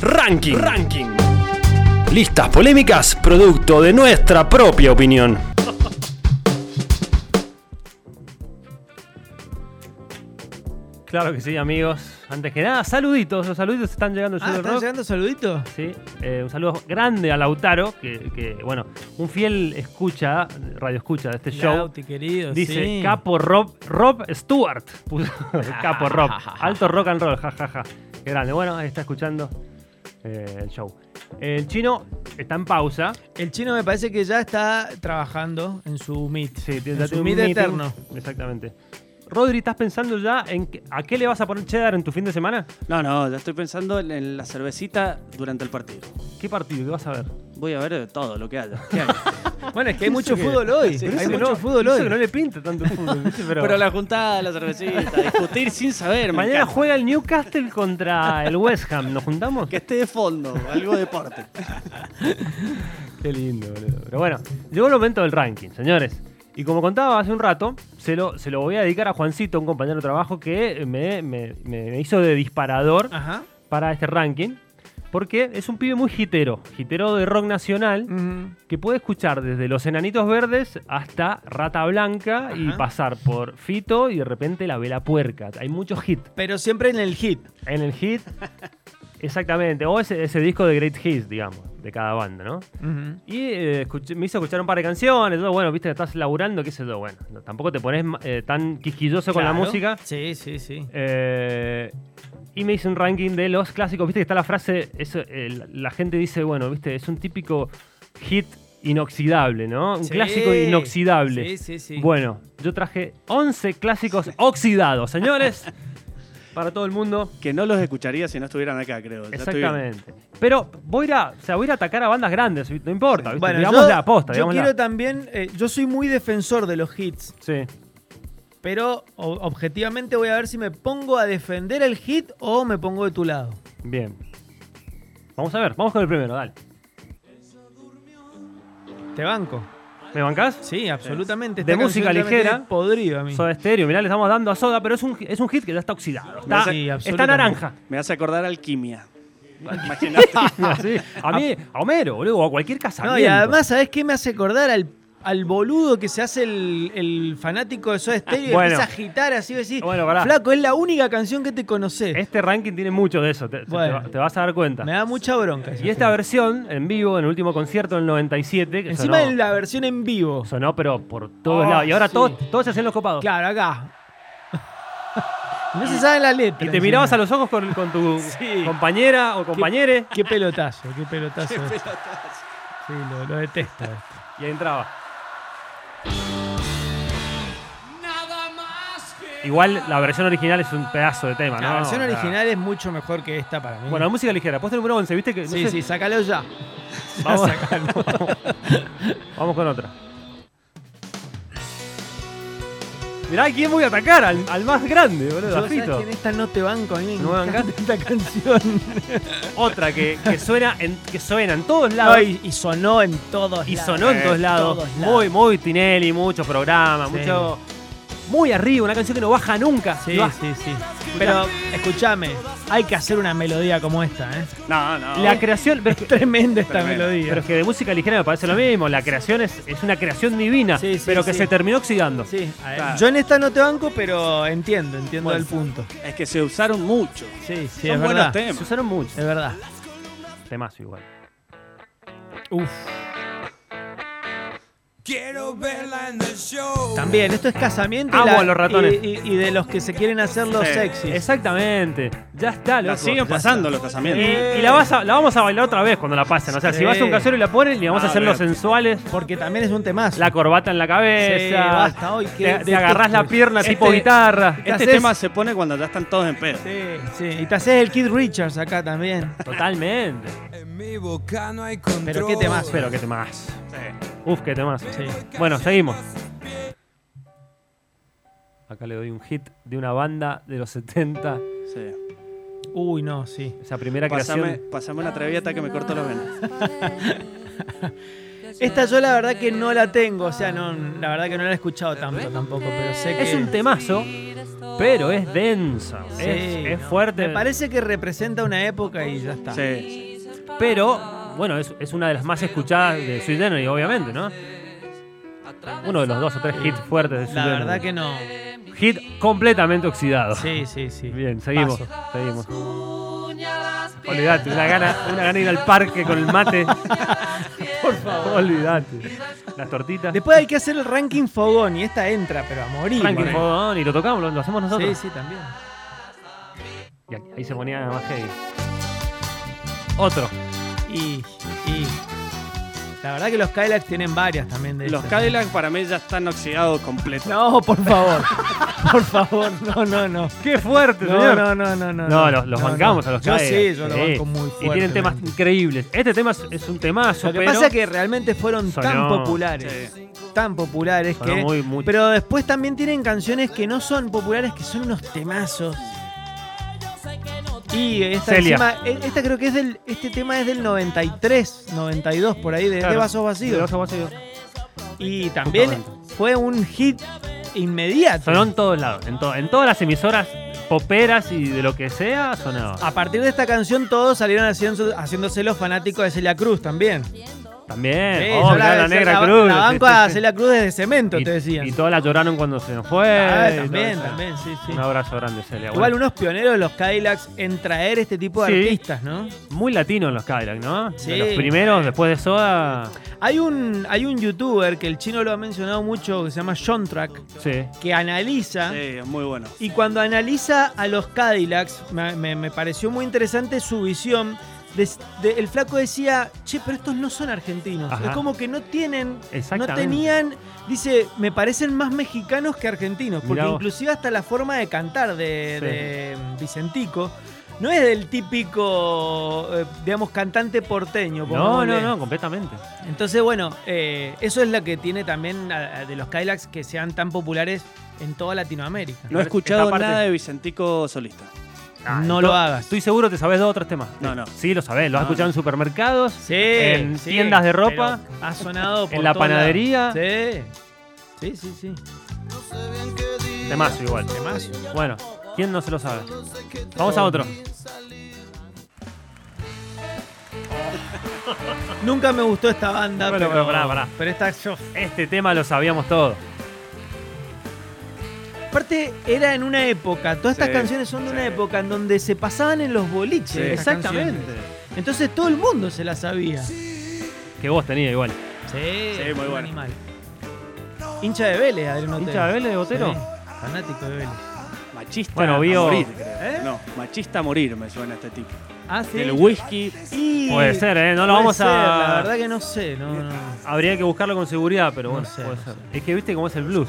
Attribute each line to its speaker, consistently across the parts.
Speaker 1: Ranking. Ranking. Listas polémicas, producto de nuestra propia opinión.
Speaker 2: Claro que sí, amigos. Antes que nada, saluditos. Los saluditos están llegando al
Speaker 3: Ah,
Speaker 2: sur del
Speaker 3: ¿están
Speaker 2: rock.
Speaker 3: llegando saluditos?
Speaker 2: Sí, eh, un saludo grande a Lautaro, que, que, bueno, un fiel escucha, radio escucha de este show.
Speaker 3: Lauti, querido,
Speaker 2: Dice
Speaker 3: sí.
Speaker 2: Capo Rob, Rob Stewart. puso. Capo Rob. Alto rock and roll, jajaja. Qué grande. Bueno, ahí está escuchando eh, el show. El chino está en pausa.
Speaker 3: El chino me parece que ya está trabajando en su meet.
Speaker 2: Sí, tiene-
Speaker 3: en
Speaker 2: ya
Speaker 3: su
Speaker 2: tiene un
Speaker 3: meet
Speaker 2: meeting.
Speaker 3: eterno.
Speaker 2: Exactamente. Rodri, ¿estás pensando ya en qué- a qué le vas a poner cheddar en tu fin de semana?
Speaker 4: No, no, ya estoy pensando en- en la cervecita durante el partido.
Speaker 2: ¿Qué partido? ¿Qué vas a ver?
Speaker 4: Voy a ver de todo lo que haya. ¿Qué hay?
Speaker 3: Bueno, es que hay mucho
Speaker 4: que-
Speaker 3: fútbol hoy.
Speaker 4: Sí,
Speaker 3: hay
Speaker 2: Eso que
Speaker 3: mucho
Speaker 2: no-
Speaker 3: fútbol
Speaker 2: eso que
Speaker 3: hoy.
Speaker 2: no le pinta tanto el fútbol. ¿viste? Pero,
Speaker 4: Pero la juntada, la cervecita, discutir sin saber. me
Speaker 2: mañana
Speaker 4: encanta.
Speaker 2: juega el Newcastle contra el West Ham. ¿Nos juntamos?
Speaker 4: Que esté de fondo, algo de deporte.
Speaker 2: Qué lindo, boludo. Pero bueno, llegó el momento del ranking, señores. Y como contaba hace un rato, se lo, se lo voy a dedicar a Juancito, un compañero de trabajo que me, me- me hizo de disparador
Speaker 3: Ajá.
Speaker 2: para este ranking. Porque es un pibe muy jitero, jitero de rock nacional,
Speaker 3: Ujú.
Speaker 2: que puede escuchar desde Los Enanitos Verdes hasta Rata Blanca y
Speaker 3: Ajá.
Speaker 2: pasar por Fito y de repente La Vela Puerca. Hay muchos hits
Speaker 3: Pero siempre en el hit.
Speaker 2: en el hit. Exactamente, o ese, ese disco de Great Hits, digamos, de cada banda, ¿no?
Speaker 3: Ujú.
Speaker 2: Y eh, escuché- me hizo escuchar un par de canciones. Yo, bueno, viste que estás laburando, qué sé yo. Bueno, no, tampoco te pones eh, tan quisquilloso con la
Speaker 3: Claro.
Speaker 2: música.
Speaker 3: Sí, sí, sí.
Speaker 2: Eh, y me hice un ranking de los clásicos. Viste que está la frase, eso, eh, la- la gente dice, bueno, viste, es un típico hit inoxidable, ¿no? Un
Speaker 3: Sí.
Speaker 2: clásico inoxidable.
Speaker 3: Sí, sí, sí.
Speaker 2: Bueno, yo traje 11 clásicos oxidados, señores. para todo el mundo.
Speaker 4: Que no los escucharía si no estuvieran acá, creo. Ya estoy bien.
Speaker 2: Exactamente. Pero voy a, ir a- o sea, voy a ir a atacar a bandas grandes, no importa. ¿viste?
Speaker 3: Bueno,
Speaker 2: digamos
Speaker 3: yo,
Speaker 2: la aposta,
Speaker 3: yo
Speaker 2: digamos
Speaker 3: quiero también, eh, yo soy muy defensor de los hits,
Speaker 2: Sí.
Speaker 3: pero o- objetivamente voy a ver si me pongo a defender el hit o me pongo de tu lado.
Speaker 2: Bien. Vamos a ver, vamos con el primero, dale.
Speaker 3: Te banco.
Speaker 2: ¿Me bancás?
Speaker 3: Sí, absolutamente.
Speaker 2: De
Speaker 3: Esta
Speaker 2: música
Speaker 3: canción realmente
Speaker 2: ligera.
Speaker 3: es podrido a mí.
Speaker 2: Soda Stereo, mirá, le estamos dando a Soda, pero es un, es un hit que ya está oxidado. Está,
Speaker 3: Sí,
Speaker 2: está
Speaker 3: absolutamente.
Speaker 2: naranja.
Speaker 4: Me hace acordar alquimia. Imagínate.
Speaker 2: Sí, A mí, a Homero, boludo, o a cualquier casamiento.
Speaker 3: Ah, No, y
Speaker 2: pues.
Speaker 3: además, ¿sabes qué me hace acordar al, al boludo que se hace el, el fanático de Soda Stereo y
Speaker 2: Bueno.
Speaker 3: empieza a agitar así, vos decís,
Speaker 2: Bueno, pará.
Speaker 3: flaco, es la única canción que te conocés.
Speaker 2: Este ranking tiene mucho de eso, te, te-
Speaker 3: eh, Bueno.
Speaker 2: te va- te vas a dar cuenta.
Speaker 3: Me da mucha bronca. esa
Speaker 2: Y esta
Speaker 3: canción.
Speaker 2: versión, en vivo, en el último concierto del 97, que
Speaker 3: Encima
Speaker 2: sonó,
Speaker 3: de la versión en vivo.
Speaker 2: sonó, pero por todos
Speaker 3: Oh,
Speaker 2: lados. Y ahora
Speaker 3: sí.
Speaker 2: todos, todos se hacen los copados.
Speaker 3: Claro, acá. No se sabe la letra.
Speaker 2: Y te
Speaker 3: encima.
Speaker 2: mirabas a los ojos con, con tu
Speaker 3: Sí.
Speaker 2: compañera o compañere
Speaker 3: Qué pelotazo, qué pelotazo. este. Sí, lo, lo detesto. eh.
Speaker 2: y ahí entraba. Igual la versión original es un pedazo de tema, Ah, ¿no?
Speaker 3: La versión
Speaker 2: O sea,
Speaker 3: original es mucho mejor que esta para mí.
Speaker 2: Bueno, la música ligera. Puesto número 11, ¿viste que? no
Speaker 3: sí,
Speaker 2: sé-
Speaker 3: sí, sácalo ya.
Speaker 2: Vamos.
Speaker 3: Ya sácalo.
Speaker 2: Vamos con otra. Mirá a quién voy a atacar, al, al más grande,
Speaker 3: Yo,
Speaker 2: boludo. a
Speaker 3: ¿sabes
Speaker 2: Fito.
Speaker 3: que en esta no te banco a mí.
Speaker 2: No me
Speaker 3: encanta esta canción.
Speaker 2: Otra que, que suena en, que suena en todos lados.
Speaker 3: No, y, y sonó en todos
Speaker 2: y
Speaker 3: lados.
Speaker 2: sonó en todos lados.
Speaker 3: todos lados.
Speaker 2: Muy, muy Tinelli, muchos programas,
Speaker 3: Sí.
Speaker 2: mucho. Muy arriba, una canción que no baja nunca.
Speaker 3: Sí,
Speaker 2: No baja.
Speaker 3: sí, sí. Pero escúchame, hay que hacer una melodía como esta, ¿eh?
Speaker 4: No, no.
Speaker 2: La creación. pero es que-
Speaker 3: Tremenda esta
Speaker 4: Tremendo.
Speaker 3: melodía.
Speaker 2: Pero es que de música ligera me parece lo mismo. La creación es, es una creación divina,
Speaker 3: Sí, sí,
Speaker 2: pero que
Speaker 3: sí.
Speaker 2: se terminó oxidando.
Speaker 3: Sí, a ver,
Speaker 4: Claro.
Speaker 3: yo en esta no te banco, pero entiendo, entiendo
Speaker 4: Bueno.
Speaker 3: el punto.
Speaker 4: Es que se usaron mucho.
Speaker 3: Sí, sí,
Speaker 4: Son
Speaker 3: es
Speaker 4: buenos
Speaker 3: verdad.
Speaker 2: Se
Speaker 4: temas.
Speaker 2: usaron mucho. eh,
Speaker 3: Es verdad.
Speaker 2: Temazo igual.
Speaker 3: Uf.
Speaker 5: Quiero verla en el show.
Speaker 3: También, esto es casamiento y,
Speaker 2: Amo
Speaker 3: la-
Speaker 2: a los ratones.
Speaker 3: y, y- y de los que se quieren hacer los
Speaker 4: Sí.
Speaker 3: sexy.
Speaker 2: Exactamente. Ya está, Eh, loco.
Speaker 4: La
Speaker 2: Ya
Speaker 4: siguen pasando los
Speaker 2: está.
Speaker 4: casamientos.
Speaker 2: Y, y la, vas a- la vamos a bailar otra vez cuando la pasen. O sea, si
Speaker 3: Sí.
Speaker 2: vas a un casero y la ponen, le vamos a
Speaker 4: Ah,
Speaker 2: hacer los
Speaker 4: bien.
Speaker 2: sensuales.
Speaker 3: Porque también es un temazo.
Speaker 2: La corbata en la cabeza.
Speaker 3: Sí, basta, hoy,
Speaker 2: te,
Speaker 3: qué
Speaker 2: te
Speaker 3: detesto
Speaker 2: agarrás la
Speaker 3: esto.
Speaker 2: pierna
Speaker 4: Este-
Speaker 2: tipo guitarra.
Speaker 4: Este
Speaker 3: haces?
Speaker 4: tema se pone cuando ya están todos en pedo.
Speaker 3: Sí, sí. Y te haces el Kid Richards acá también.
Speaker 2: Totalmente.
Speaker 5: En mi boca no hay control.
Speaker 3: Pero qué temas,
Speaker 2: Pero qué temas. Uf, qué temas.
Speaker 3: Sí.
Speaker 2: Bueno, seguimos. Acá le doy un hit de una banda de los 70.
Speaker 4: Sí.
Speaker 3: Uy, no, sí.
Speaker 2: Esa primera
Speaker 4: Pásame,
Speaker 2: creación.
Speaker 4: pásame una traviata que me corto los venas.
Speaker 3: Esta yo la verdad que no la tengo, o sea, no, la verdad que no la he escuchado tanto tampoco, pero sé que...
Speaker 2: Ah. Es un temazo, pero es densa.
Speaker 3: Sí,
Speaker 2: es es
Speaker 3: no.
Speaker 2: fuerte. Ah.
Speaker 3: Me parece que representa una época y ya está.
Speaker 4: Sí, sí.
Speaker 2: Pero, bueno, es, es una de las más escuchadas de Sui Generis, obviamente, ¿no? Uno de los dos o tres hits fuertes de Sui
Speaker 3: La
Speaker 2: Generis.
Speaker 3: verdad que no.
Speaker 2: Hit completamente oxidado.
Speaker 3: Sí, sí, sí.
Speaker 2: Bien, seguimos.
Speaker 3: Paso.
Speaker 2: Seguimos. Olvídate, una gana, una gana de ir al parque con el mate. Por favor. Olvídate. Las tortitas.
Speaker 3: Después hay que hacer el ranking fogón y esta entra, pero a morir.
Speaker 2: Frankie
Speaker 3: Bueno.
Speaker 2: Fodón, y lo tocamos, lo, lo hacemos nosotros.
Speaker 3: Sí, sí, también.
Speaker 2: Y aquí- ahí se ponía más heavy. Otro.
Speaker 3: Y, y. La verdad que los Cadillacs tienen varias también de
Speaker 4: Los
Speaker 2: Este.
Speaker 3: esas.
Speaker 4: Cadillac para mí ya están oxidados completos.
Speaker 3: No, por favor. Por favor, no, no, no.
Speaker 2: ¡Qué fuerte,
Speaker 3: No,
Speaker 2: señor!
Speaker 3: no, no, no. No,
Speaker 2: No, los, los
Speaker 3: no,
Speaker 2: bancamos
Speaker 3: no.
Speaker 2: a los
Speaker 3: Yo
Speaker 2: Cadillac.
Speaker 3: sí, yo los
Speaker 2: Sí.
Speaker 3: banco muy fuerte.
Speaker 2: Y tienen temas increíbles. Este tema es, es un temazo,
Speaker 3: Lo que
Speaker 2: pero
Speaker 3: pasa es que realmente fueron tan
Speaker 2: Sonó.
Speaker 3: populares. Tan populares
Speaker 2: sonó
Speaker 3: que.
Speaker 2: muy, muy-
Speaker 3: Pero después también tienen canciones que no son populares, que son unos temazos. Y esta
Speaker 2: Celia.
Speaker 3: encima- e- esta creo que es del, este tema es del 93, 92 por ahí, de, de
Speaker 2: Claro.
Speaker 3: vasos
Speaker 2: De
Speaker 3: vacíos.
Speaker 2: vasos vacíos.
Speaker 3: Y también
Speaker 2: Justamente.
Speaker 3: fue un hit inmediato.
Speaker 2: Sonó en todos lados, en, to- en todas las emisoras poperas y de lo que sea, sonaba.
Speaker 3: A partir de esta canción todos salieron haciendo- haciéndose los fanáticos de Celia Cruz también.
Speaker 2: También,
Speaker 3: Sí,
Speaker 2: oh,
Speaker 3: yo
Speaker 2: mirá la,
Speaker 3: yo
Speaker 2: negra
Speaker 3: la-
Speaker 2: cruz.
Speaker 3: La banco
Speaker 2: sí,
Speaker 3: a
Speaker 2: sí, sí.
Speaker 3: Celia Cruz desde cemento,
Speaker 2: y,
Speaker 3: te decían.
Speaker 2: y Eh, todas la lloraron cuando se nos fue.
Speaker 3: Ah,
Speaker 2: y todo
Speaker 3: también,
Speaker 2: eso.
Speaker 3: también, sí, sí.
Speaker 2: Un abrazo grande, Celia.
Speaker 3: Igual
Speaker 2: Bueno,
Speaker 3: unos pioneros los Cadillacs en traer este tipo de
Speaker 2: Sí.
Speaker 3: artistas, ¿no?
Speaker 2: Muy latino en los Cadillac, ¿no?
Speaker 3: Sí.
Speaker 2: De los primeros, después de Soda.
Speaker 3: Hay un, hay un youtuber que el chino lo ha mencionado mucho que se llama John Track,
Speaker 2: Sí.
Speaker 3: que analiza.
Speaker 4: Sí, es muy bueno.
Speaker 3: Y cuando analiza a los Cadillacs, me, me- me pareció muy interesante su visión. de- de- el flaco decía, che, pero estos no son argentinos.
Speaker 2: Ajá.
Speaker 3: Es como que no tienen, no
Speaker 2: Exactamente.
Speaker 3: tenían, dice, me parecen más mexicanos que argentinos. Porque
Speaker 2: Mirá vos.
Speaker 3: inclusive hasta la forma de cantar de,
Speaker 2: Sí.
Speaker 3: de mm, Vicentico no es del típico, eh, digamos, cantante porteño.
Speaker 2: No, no,
Speaker 3: pongámosle.
Speaker 2: no, completamente.
Speaker 3: Entonces, bueno, eh, eso es lo que tiene también a- a de los Cadillacs que sean tan populares en toda Latinoamérica.
Speaker 4: No he escuchado
Speaker 2: Esta parte-
Speaker 4: nada de Vicentico solista.
Speaker 2: Ah,
Speaker 3: No
Speaker 2: esto-
Speaker 3: lo hagas.
Speaker 2: Estoy seguro que te sabes dos o tres temas.
Speaker 4: No, no.
Speaker 2: Sí, lo sabes. Lo has
Speaker 4: No,
Speaker 2: escuchado en supermercados,
Speaker 3: Sí,
Speaker 2: en
Speaker 3: sí,
Speaker 2: tiendas de ropa,
Speaker 3: pero Ha sonado por
Speaker 2: en la
Speaker 3: todos
Speaker 2: panadería.
Speaker 3: lados. Sí. Sí, sí, sí.
Speaker 2: Temazo igual.
Speaker 3: Temazo.
Speaker 2: Bueno, ¿quién no se lo sabe? Vamos a otro.
Speaker 3: Nunca me gustó esta banda,
Speaker 2: Bueno, pero
Speaker 3: pero,
Speaker 2: pará, pará.
Speaker 3: pero esta yo.
Speaker 2: Este tema lo sabíamos todos.
Speaker 3: Aparte, era en una época. Todas estas
Speaker 4: Sí,
Speaker 3: canciones son de una
Speaker 4: sí.
Speaker 3: época en donde se pasaban en los boliches.
Speaker 4: Sí,
Speaker 3: estas canciones. Entonces todo el mundo se la sabía. Sí,
Speaker 2: Que vos tenías igual.
Speaker 3: sí
Speaker 4: muy bueno.
Speaker 3: Animal. Hincha de Vélez, Adrián Otero.
Speaker 2: ¿Hincha de Vélez, Botero?
Speaker 3: Sí, fanático de Vélez.
Speaker 4: Machista
Speaker 2: Bueno, vio-
Speaker 4: a morir, creo.
Speaker 3: ¿Eh?
Speaker 4: No, machista a morir me suena este tipo.
Speaker 3: Ah, sí.
Speaker 4: El whisky.
Speaker 3: Y-
Speaker 2: Puede ser, ¿eh? No lo
Speaker 3: Puede
Speaker 2: vamos
Speaker 3: ser,
Speaker 2: a-
Speaker 3: La verdad que no sé, no, no.
Speaker 2: Habría que buscarlo con seguridad, pero
Speaker 3: No
Speaker 2: bueno,
Speaker 3: sé,
Speaker 2: puede
Speaker 3: no
Speaker 2: ser.
Speaker 3: sé.
Speaker 2: Es que viste cómo es el blues.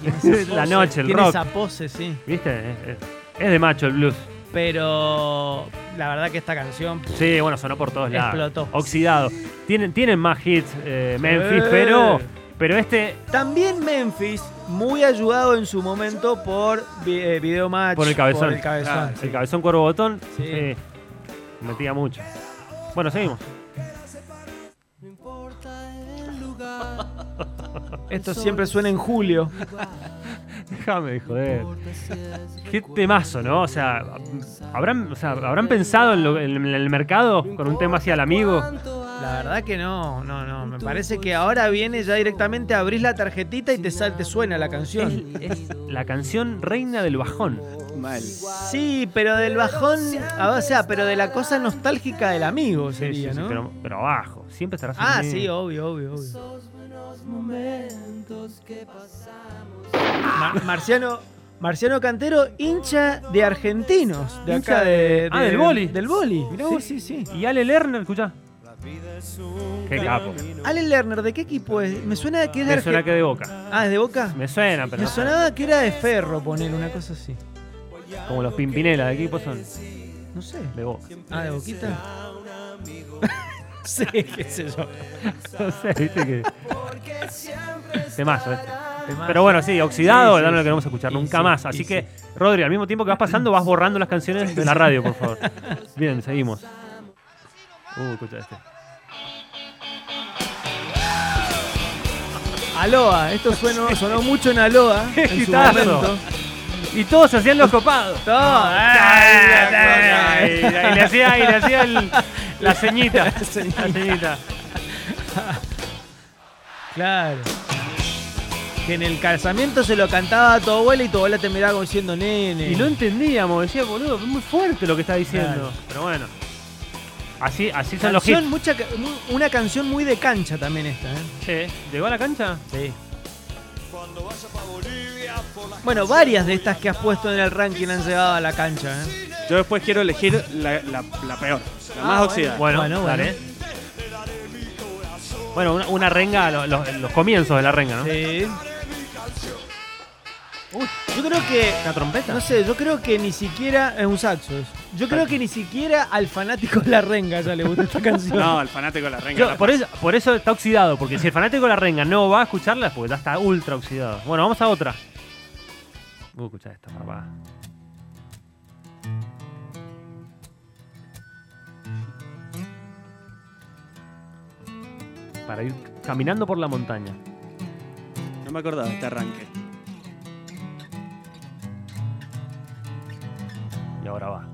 Speaker 3: Tiene esa
Speaker 2: La
Speaker 3: pose,
Speaker 2: noche, el
Speaker 3: tiene
Speaker 2: rock.
Speaker 3: esa pose, sí.
Speaker 2: ¿Viste? Es, es- es de macho el blues.
Speaker 3: Pero la verdad que esta canción.
Speaker 2: Sí, bueno, sonó por todos lados.
Speaker 3: Explotó.
Speaker 2: Oxidado. Tienen, tienen más hits eh, Memphis,
Speaker 3: Sí.
Speaker 2: pero, pero este,
Speaker 3: También Memphis, muy ayudado en su momento por vi- eh, Video Match.
Speaker 2: Por el cabezón.
Speaker 3: Por el cabezón.
Speaker 4: Ah,
Speaker 3: sí.
Speaker 2: el cabezón cuervo botón,
Speaker 3: Sí.
Speaker 2: eh, metía mucho. Bueno, seguimos.
Speaker 3: Esto siempre suena en julio.
Speaker 2: Déjame de joder. Qué temazo, ¿no? O sea, ¿habrán, o sea, ¿habrán pensado en, lo- en- en el mercado con un tema así al amigo?
Speaker 3: La verdad que no, no, no. Me parece que ahora viene ya directamente, abrís la tarjetita y te, sal- te suena la
Speaker 2: Es,
Speaker 3: canción.
Speaker 2: es la canción reina del bajón.
Speaker 4: Mal.
Speaker 3: Sí, pero del bajón, o sea, pero de la cosa nostálgica del amigo
Speaker 2: Sí, sí,
Speaker 3: sería,
Speaker 2: sí,
Speaker 3: ¿no?
Speaker 2: pero, pero abajo. Siempre estarás
Speaker 3: Ah,
Speaker 2: en mí.
Speaker 3: sí, obvio, obvio, obvio. Ma- Marciano, Marciano Cantero, hincha de argentinos. De
Speaker 2: Hincha
Speaker 3: acá de,
Speaker 2: de- ah, del boli.
Speaker 3: Del boli. Mirá vos,
Speaker 2: Sí.
Speaker 3: sí, sí.
Speaker 2: Y Ale Lerner, escuchá. Qué capo.
Speaker 3: Ale Lerner, ¿de qué equipo es? Me suena que es de
Speaker 2: Me suena
Speaker 3: Argen-
Speaker 2: que de boca.
Speaker 3: Ah, es de Boca.
Speaker 2: Me suena, pero
Speaker 3: Me
Speaker 2: no sé.
Speaker 3: sonaba que era de Ferro, poner una cosa así.
Speaker 2: como los Pimpinela de equipo son
Speaker 3: No sé.
Speaker 2: de boca.
Speaker 3: Ah, de Boquita. sí, qué sé yo.
Speaker 2: No sé, viste que. Temazo este. Pero bueno, sí, oxidado,
Speaker 3: Sí, sí,
Speaker 2: ya no lo
Speaker 3: sí.
Speaker 2: queremos escuchar
Speaker 3: Y
Speaker 2: nunca
Speaker 3: sí,
Speaker 2: más.
Speaker 3: y
Speaker 2: Así
Speaker 3: sí.
Speaker 2: que, Rodri, al mismo tiempo que vas pasando, vas borrando las canciones de la radio, por favor. Bien, seguimos. Uh, escucha este.
Speaker 3: Aloha, esto suenó, sonó mucho en Aloha.
Speaker 2: Qué
Speaker 3: en su
Speaker 2: gitazo.
Speaker 3: momento.
Speaker 2: Y todos hacían los copados.
Speaker 3: Todo.
Speaker 2: Ay, ay, ay. Y le hacía, y le hacía el, La ceñita. La
Speaker 3: ceñita.
Speaker 2: ceñita.
Speaker 3: Claro. Que en el calzamiento se lo cantaba a tu abuela y tu abuela te miraba como diciendo nene.
Speaker 2: Y no entendíamos, decía, boludo, es muy fuerte lo que está diciendo.
Speaker 3: Claro.
Speaker 2: Pero bueno. Así, así son los
Speaker 3: Canción,
Speaker 2: hits.
Speaker 3: mucha ca- mu- una canción muy de cancha también esta, ¿eh?
Speaker 2: Che, ¿Llegó a la cancha?
Speaker 3: Sí. Bueno, varias de estas que has puesto en el ranking han llegado a la cancha, ¿eh?
Speaker 4: Yo después quiero elegir la, la- la peor, la más oxidada.
Speaker 2: Ah, Bueno,
Speaker 3: Bueno,
Speaker 2: dale. Bueno, una, una renga, lo- lo- los comienzos de la renga, ¿no?
Speaker 3: Sí. Uy, yo creo que
Speaker 2: ¿Una trompeta?
Speaker 3: No sé, yo creo que ni siquiera es un saxo. eso. Yo creo que ni siquiera al fanático de la renga ya le gusta esta canción.
Speaker 4: No, el fanático de la renga.
Speaker 2: Yo-
Speaker 4: la-
Speaker 2: por, eso, por eso está oxidado, porque si el fanático de la renga no va a escucharla, es porque ya está ultra oxidado. Bueno, vamos a otra. Voy a escuchar esta, papá. Para ir caminando por la montaña.
Speaker 4: No me acordaba de este arranque.
Speaker 2: Y ahora va.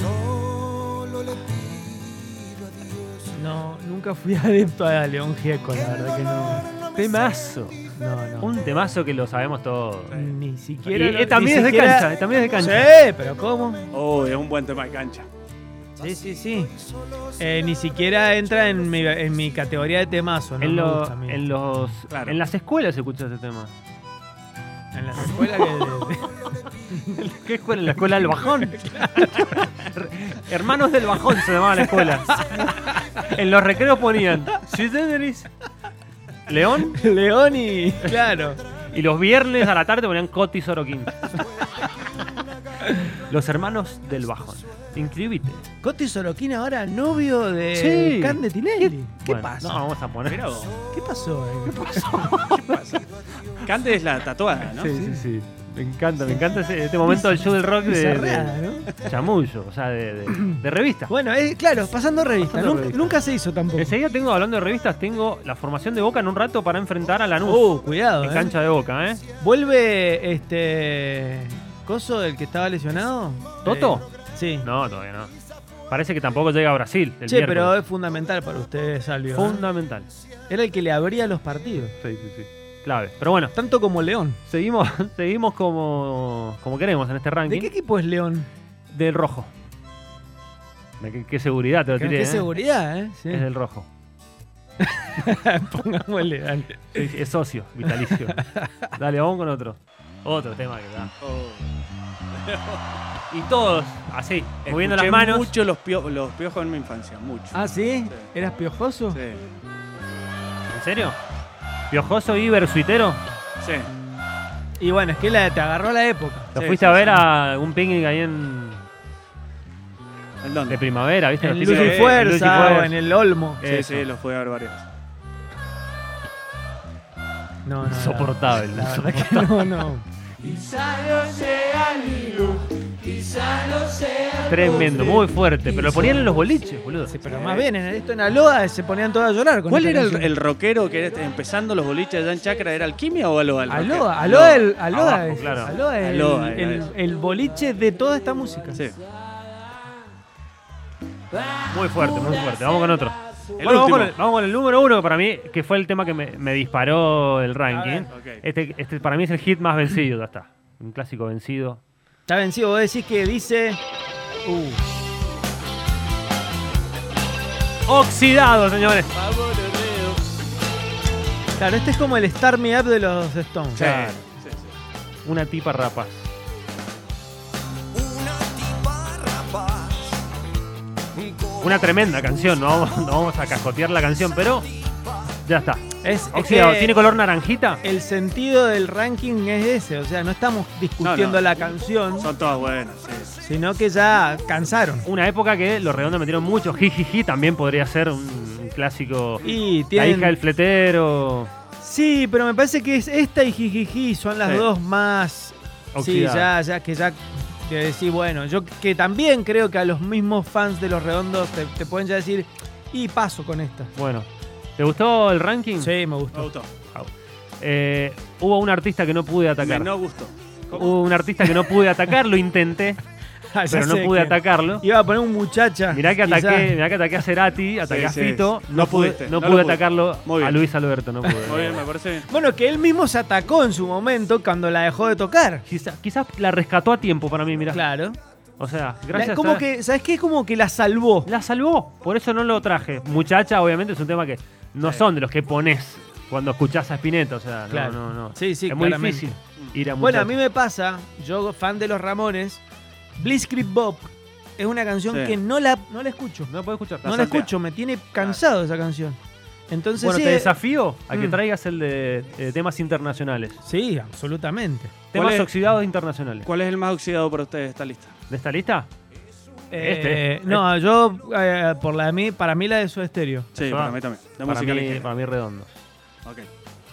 Speaker 5: Solo le pido a Dios
Speaker 3: No, nunca fui adepto a León Gieco, la verdad que no.
Speaker 2: Temazo.
Speaker 3: No, no.
Speaker 2: Un temazo que lo sabemos todos.
Speaker 3: Ni
Speaker 2: Y,
Speaker 3: siquiera. lo-
Speaker 2: eh, también
Speaker 3: ni
Speaker 2: es de
Speaker 3: siquiera-
Speaker 2: cancha, eh, también es de cancha.
Speaker 3: Sí, pero ¿cómo?
Speaker 4: Oh, es un buen tema de cancha.
Speaker 3: Sí, sí, sí. Eh, ni siquiera entra en mi, en mi categoría de temazo, ¿no?
Speaker 2: En,
Speaker 3: me
Speaker 2: lo-
Speaker 3: gusta a mí.
Speaker 2: en los,
Speaker 4: Claro.
Speaker 2: en las escuelas se escucha este tema.
Speaker 3: En las escuelas que.
Speaker 2: ¿Qué escuela? La escuela del bajón. Hermanos del bajón se llamaba la escuela. en los recreos ponían Sui Generis, León,
Speaker 3: León y. Claro.
Speaker 2: y los viernes a la tarde ponían Coti Sorokin. los hermanos del bajón. Inscribite.
Speaker 3: Coti Sorokin ahora novio de
Speaker 2: Sí.
Speaker 3: Cande Tinelli. ¿Qué
Speaker 2: Bueno,
Speaker 3: pasa?
Speaker 2: No, vamos a poner.
Speaker 4: Mirá vos.
Speaker 3: ¿Qué pasó? eh?
Speaker 4: Cante es la tatuada, ¿no?
Speaker 2: sí, sí. Me encanta, me encanta ese- este momento del show del rock de,
Speaker 3: Bizarreada, ¿no?
Speaker 2: de chamullo, o sea, de, de- de revista.
Speaker 3: Bueno, eh, claro, pasando revista.
Speaker 2: Pasando
Speaker 3: nunca,
Speaker 2: revista.
Speaker 3: nunca se hizo tampoco.
Speaker 2: Enseguida tengo, hablando de revistas, tengo la formación de Boca en un rato para enfrentar a Lanús.
Speaker 3: Uh, cuidado,
Speaker 2: en
Speaker 3: eh.
Speaker 2: cancha de Boca, ¿eh?
Speaker 3: Vuelve este. Coso, el que estaba lesionado.
Speaker 2: ¿Toto?
Speaker 3: Eh, sí.
Speaker 2: No, todavía no. Parece que tampoco llega a Brasil. El
Speaker 3: che, pero
Speaker 2: miércoles.
Speaker 3: es fundamental para ustedes, Salvio. ¿eh?
Speaker 2: Fundamental.
Speaker 3: Era el que le abría los partidos.
Speaker 2: Clave. Pero bueno,
Speaker 3: Tanto como León.
Speaker 2: seguimos, seguimos como, como queremos en este
Speaker 3: ¿De
Speaker 2: ranking.
Speaker 3: qué equipo es León?
Speaker 2: Del rojo. Me- Qué, qué seguridad te lo
Speaker 3: Qué,
Speaker 2: tiré.
Speaker 3: qué
Speaker 2: ¿eh?
Speaker 3: seguridad, ¿eh? Sí.
Speaker 2: Es del rojo.
Speaker 3: Pongámosle, dale.
Speaker 2: Es, es socio, vitalicio. Dale, vamos con otro. Otro tema que da.
Speaker 4: Oh.
Speaker 2: Y todos, así, moviendo las
Speaker 4: Escuché
Speaker 2: manos.
Speaker 4: mucho los, pio- los piojos en mi infancia, mucho.
Speaker 3: Ah, ¿sí?
Speaker 4: Sí.
Speaker 3: ¿Eras piojoso?
Speaker 4: Sí,
Speaker 2: ¿En serio? ¿Piojoso y versuitero?
Speaker 4: sí.
Speaker 3: Y bueno, es que la, te agarró la época.
Speaker 2: ¿Lo
Speaker 4: Sí,
Speaker 2: fuiste
Speaker 4: sí,
Speaker 2: a ver
Speaker 4: sí.
Speaker 2: a un picnic ahí en.
Speaker 4: ¿En
Speaker 2: de
Speaker 4: dónde?
Speaker 2: primavera, viste?
Speaker 3: En
Speaker 2: Los
Speaker 3: Luz
Speaker 2: típicos-
Speaker 3: y
Speaker 4: Lucy
Speaker 3: Fuerza,
Speaker 2: Luz y
Speaker 3: o
Speaker 2: Fuerza.
Speaker 3: en el Olmo.
Speaker 4: Sí,
Speaker 2: Eso.
Speaker 4: sí, los fui a ver varios.
Speaker 3: No, no, no.
Speaker 2: Insoportable.
Speaker 3: La verdad que no, no.
Speaker 2: Tremendo, muy fuerte. Pero lo ponían en los boliches, boludo.
Speaker 3: Sí, pero más bien, en esto en Aloha se ponían todos a llorar. Con
Speaker 4: ¿Cuál
Speaker 3: esta
Speaker 4: era el,
Speaker 3: canción.
Speaker 4: el rockero que era este, empezando los boliches allá en Chacra? ¿Era Alquimia o Aloha? el rockero?
Speaker 3: Aloha, Aloha, el, Aloha,
Speaker 2: Abajo,
Speaker 3: es-
Speaker 2: claro.
Speaker 3: Aloha es el,
Speaker 4: Aloha era
Speaker 3: el-
Speaker 4: eso.
Speaker 3: el boliche de toda esta música.
Speaker 4: Sí.
Speaker 2: Muy fuerte, muy fuerte. Vamos con otro.
Speaker 4: El
Speaker 2: Bueno, vamos,
Speaker 4: último.
Speaker 2: con el, vamos con el número uno para mí, que fue el tema que me, me disparó el ranking.
Speaker 4: A ver, ok.
Speaker 2: Este, este para mí es el hit más vencido, ya está. Un clásico vencido.
Speaker 3: Está vencido, vos decís que dice. Uh,
Speaker 2: Oxidado, señores.
Speaker 3: claro, este es como el Star Me Up de los Stones.
Speaker 4: Claro. Sí, sí.
Speaker 2: Una tipa rapa.
Speaker 5: una tipa rapaz.
Speaker 2: Una tremenda canción, no vamos, no vamos a cascotear la canción, pero ya está.
Speaker 3: Es, es
Speaker 2: Oxidado,
Speaker 3: que
Speaker 2: ¿tiene color naranjita?
Speaker 3: El sentido del ranking es ese, o sea, no estamos discutiendo
Speaker 4: No, no.
Speaker 3: la canción,
Speaker 4: Son todas buenas, sí.
Speaker 3: sino que ya cansaron.
Speaker 2: Una época que los redondos metieron mucho. Jijiji también podría ser un, un clásico.
Speaker 3: Y
Speaker 2: La
Speaker 3: tienen,
Speaker 2: hija del fletero.
Speaker 3: Sí, pero me parece que es esta y Jijiji son las
Speaker 4: Sí.
Speaker 3: dos más.
Speaker 2: Oxidadas.
Speaker 3: Sí, ya, ya, que ya. Que decís, bueno, yo que también creo que a los mismos fans de los redondos te, te pueden ya decir, y paso con esta.
Speaker 2: Bueno, ¿te gustó el ranking?
Speaker 3: Sí, me
Speaker 4: Me
Speaker 3: gustó.
Speaker 4: gustó.
Speaker 2: Eh, hubo un artista que no pude
Speaker 4: Me
Speaker 2: atacar.
Speaker 4: no gustó.
Speaker 2: Hubo un artista que no pude atacar, lo intenté,
Speaker 3: Ah, ya
Speaker 2: pero no
Speaker 3: sé
Speaker 2: pude
Speaker 3: que-
Speaker 2: atacarlo.
Speaker 3: Iba a poner un muchacha.
Speaker 2: Mirá que,
Speaker 3: quizá.
Speaker 2: ataqué, mirá que ataqué a Cerati, ataqué
Speaker 4: sí.
Speaker 2: a Fito.
Speaker 4: No
Speaker 2: pude,
Speaker 4: pudiste,
Speaker 2: No
Speaker 4: no
Speaker 2: pude
Speaker 4: lo pude.
Speaker 2: atacarlo
Speaker 4: Muy bien.
Speaker 2: a Luis Alberto, no pude.
Speaker 4: Muy bien, me parece bien.
Speaker 3: Bueno, que él mismo se atacó en su momento cuando la dejó de tocar.
Speaker 2: Quizá- quizás la rescató a tiempo para mí, mirá.
Speaker 3: Claro.
Speaker 2: O sea, gracias
Speaker 3: Gracias, como
Speaker 2: a-
Speaker 3: que, ¿sabes qué? Como que la salvó.
Speaker 2: La salvó, por eso no lo traje. Muchacha, obviamente, es un tema que no son de los que pones cuando escuchás a Spinetta. O sea, no,
Speaker 3: Claro.
Speaker 2: no, no.
Speaker 3: Sí, sí,
Speaker 2: es muy
Speaker 3: claramente.
Speaker 2: difícil ir a
Speaker 3: Bueno,
Speaker 2: Muchacha.
Speaker 3: a mí me pasa, yo fan de los Ramones, Blitzkrieg Bob es una canción
Speaker 4: Sí.
Speaker 3: que no la, no la escucho.
Speaker 2: No puedo escuchar.
Speaker 3: No la escucho, me tiene cansado esa canción. Entonces
Speaker 2: Bueno,
Speaker 3: sí, eh,
Speaker 2: te desafío a que
Speaker 3: Mm.
Speaker 2: traigas el de eh, temas internacionales.
Speaker 3: sí, absolutamente.
Speaker 2: Temas
Speaker 4: es?
Speaker 2: oxidados internacionales.
Speaker 4: ¿Cuál es el más oxidado para ustedes de esta lista?
Speaker 2: ¿De esta lista?
Speaker 3: Eh,
Speaker 2: Este.
Speaker 3: No, yo eh, por la de mí, para mí la de su estéreo.
Speaker 4: Sí,
Speaker 2: Eso
Speaker 4: para
Speaker 2: va.
Speaker 4: mí también. De
Speaker 2: Para
Speaker 4: música
Speaker 2: mí,
Speaker 4: ligera.
Speaker 2: para mí redondo.
Speaker 4: Ok.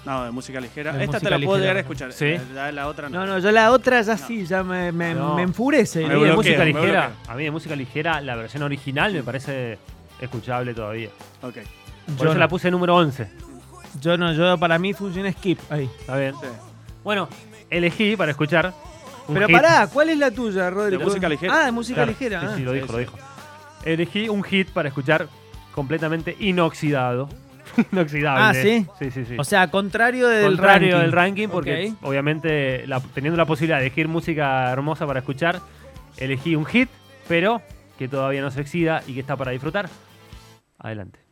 Speaker 4: No, de música ligera.
Speaker 3: De
Speaker 4: Esta
Speaker 3: música
Speaker 4: te la puedo
Speaker 3: ligera.
Speaker 4: llegar a escuchar.
Speaker 2: Sí.
Speaker 4: La, la- la otra no.
Speaker 3: No, no, yo la otra ya
Speaker 4: No.
Speaker 3: sí, ya me, me-
Speaker 2: No.
Speaker 3: me enfurece.
Speaker 2: A mí
Speaker 4: Me
Speaker 2: de
Speaker 4: bloqueo,
Speaker 2: música
Speaker 4: me
Speaker 2: ligera,
Speaker 4: bloqueo.
Speaker 2: a mí de música ligera, la versión original me parece escuchable todavía. Por
Speaker 4: Ok.
Speaker 3: Yo,
Speaker 2: eso
Speaker 3: no,
Speaker 2: la puse número 11.
Speaker 3: yo no, yo para mí funciona skip ahí.
Speaker 2: Está bien.
Speaker 4: Sí.
Speaker 2: Bueno, elegí para escuchar. un
Speaker 3: Pero
Speaker 2: hit.
Speaker 3: pará, ¿cuál es la tuya, Rodri?
Speaker 4: De música ligera.
Speaker 3: Ah, de música
Speaker 2: Claro,
Speaker 3: ligera.
Speaker 2: Sí,
Speaker 3: ah.
Speaker 2: sí, lo
Speaker 4: Sí,
Speaker 2: dijo,
Speaker 4: sí.
Speaker 2: lo dijo. Elegí un hit para escuchar completamente inoxidado. Inoxidable.
Speaker 3: Ah, ¿sí?
Speaker 2: Sí, sí, sí.
Speaker 3: O sea, contrario del
Speaker 2: contrario
Speaker 3: ranking.
Speaker 2: del ranking, porque
Speaker 3: Ok.
Speaker 2: obviamente la- teniendo la posibilidad de elegir música hermosa para escuchar, elegí un hit, pero que todavía no se excida y que está para disfrutar. Adelante.